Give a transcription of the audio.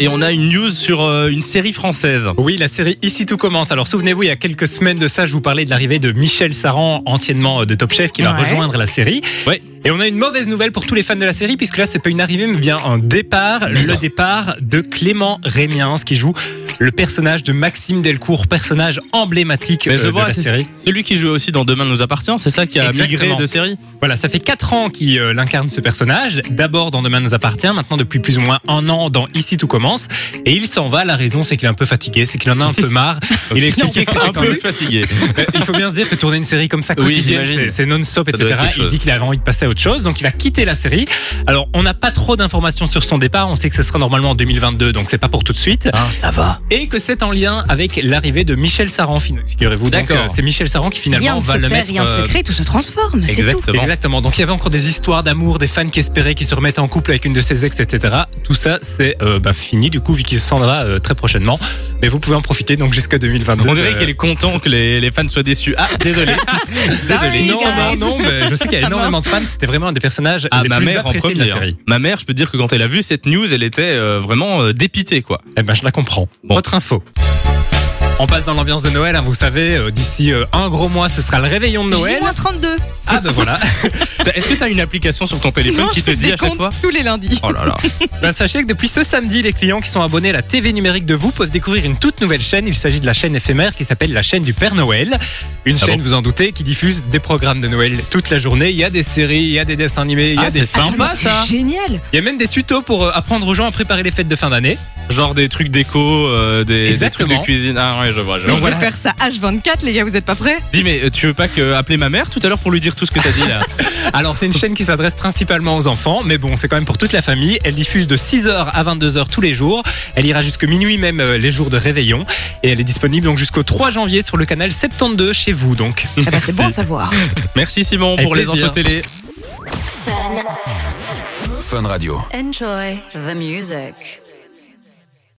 Et on a une news sur euh, une série française. Oui, la série Ici tout commence. Alors souvenez-vous, il y a quelques semaines de ça, je vous parlais de l'arrivée de Michel Saran, anciennement euh, de Top Chef, qui va Ouais. rejoindre la série. Ouais. Et on a une mauvaise nouvelle pour tous les fans de la série, puisque là, c'est pas une arrivée, mais bien un départ. le départ de Clément Rémiens, qui joue le personnage de Maxime Delcourt, personnage emblématique Mais euh, je de vois, la c'est série. celui qui jouait aussi dans Demain nous appartient, c'est ça qui a Exactement. migré de série Voilà, ça fait quatre ans qu'il euh, incarne ce personnage. D'abord dans Demain nous appartient, maintenant depuis plus ou moins un an dans Ici tout commence. Et il s'en va. La raison, c'est qu'il est un peu fatigué, c'est qu'il en a un peu marre. Il a expliqué que c'était quand même fatigué. Euh, il faut bien se dire que tourner une série comme ça Oui, quotidienne, j'imagine. c'est- c'est non-stop, Ça doit etc. être quelque Il chose. dit qu'il avait envie de passer à autre chose, donc il va quitter la série. Alors, on n'a pas trop d'informations sur son départ. On sait que ce sera normalement en 2022, donc c'est pas pour tout de suite. Oh, Ah, ça va. Et que c'est en lien avec l'arrivée de Michel Saran, fin- figurez-vous. Donc, D'accord. euh, c'est Michel Saran qui Rien finalement ne va se le perd, mettre. rien ne se euh, crée, tout se transforme, c'est tout. Exactement. Exactement. Donc il y avait encore des histoires d'amour, des fans qui espéraient qu'ils se remettent en couple avec une de ses ex, etc. Tout ça, c'est euh, bah, fini. Du coup, vu qu'il se rendra euh, très prochainement, mais vous pouvez en profiter donc jusqu'à 2022. On dirait Euh, qu'elle est content que les, les fans soient déçus. Ah, désolé. désolé. Sorry, Non, non, guys. non, mais je sais qu'il y a énormément de fans. C'était vraiment un des personnages Ah, les ma plus mère en appréciés de la première. série. Ma mère, je peux te dire que quand elle a vu cette news, elle était euh, vraiment euh, dépitée, quoi. Eh ben, je la comprends. Bon. Autre info. On passe dans l'ambiance de Noël, hein, vous savez, euh, d'ici euh, un gros mois, ce sera le réveillon de Noël. J-32. Ah ben voilà. T'as- Est-ce que t'as une application sur ton téléphone Non, qui je te fais dit à des chaque fois comptes tous les lundis. Oh là là. Ben, sachez que depuis ce samedi, les clients qui sont abonnés à la TV numérique de vous peuvent découvrir une toute nouvelle chaîne. Il s'agit de la chaîne éphémère qui s'appelle la chaîne du Père Noël. Une Ah chaîne, vous en doutez, qui diffuse des programmes de Noël toute la journée. Il y a des séries, il y a des dessins animés, il y a Ah, des c'est sympa, mais c'est génial. Il y a même des tutos pour euh, apprendre aux gens à préparer les fêtes de fin d'année. Genre des trucs déco, euh, des, des trucs de Exactement. cuisine. Ah ouais, je vois. Je Donc vois. Je voilà. vais faire ça H24, les gars, vous êtes pas prêts Eh Dis mais euh, tu veux pas que appeler ma mère tout à l'heure pour lui dire tout ce que t'as dit là Alors, c'est une chaîne qui s'adresse principalement aux enfants, mais bon, c'est quand même pour toute la famille. Elle diffuse de 6h à 22h tous les jours. Elle ira jusque minuit même euh, les jours de réveillon. Et elle est disponible donc jusqu'au 3 janvier sur le canal 72 chez vous. Donc, Eh ben, C'est bon à savoir. Merci Simon Avec pour les plaisir. infos télé. Enjoy the music.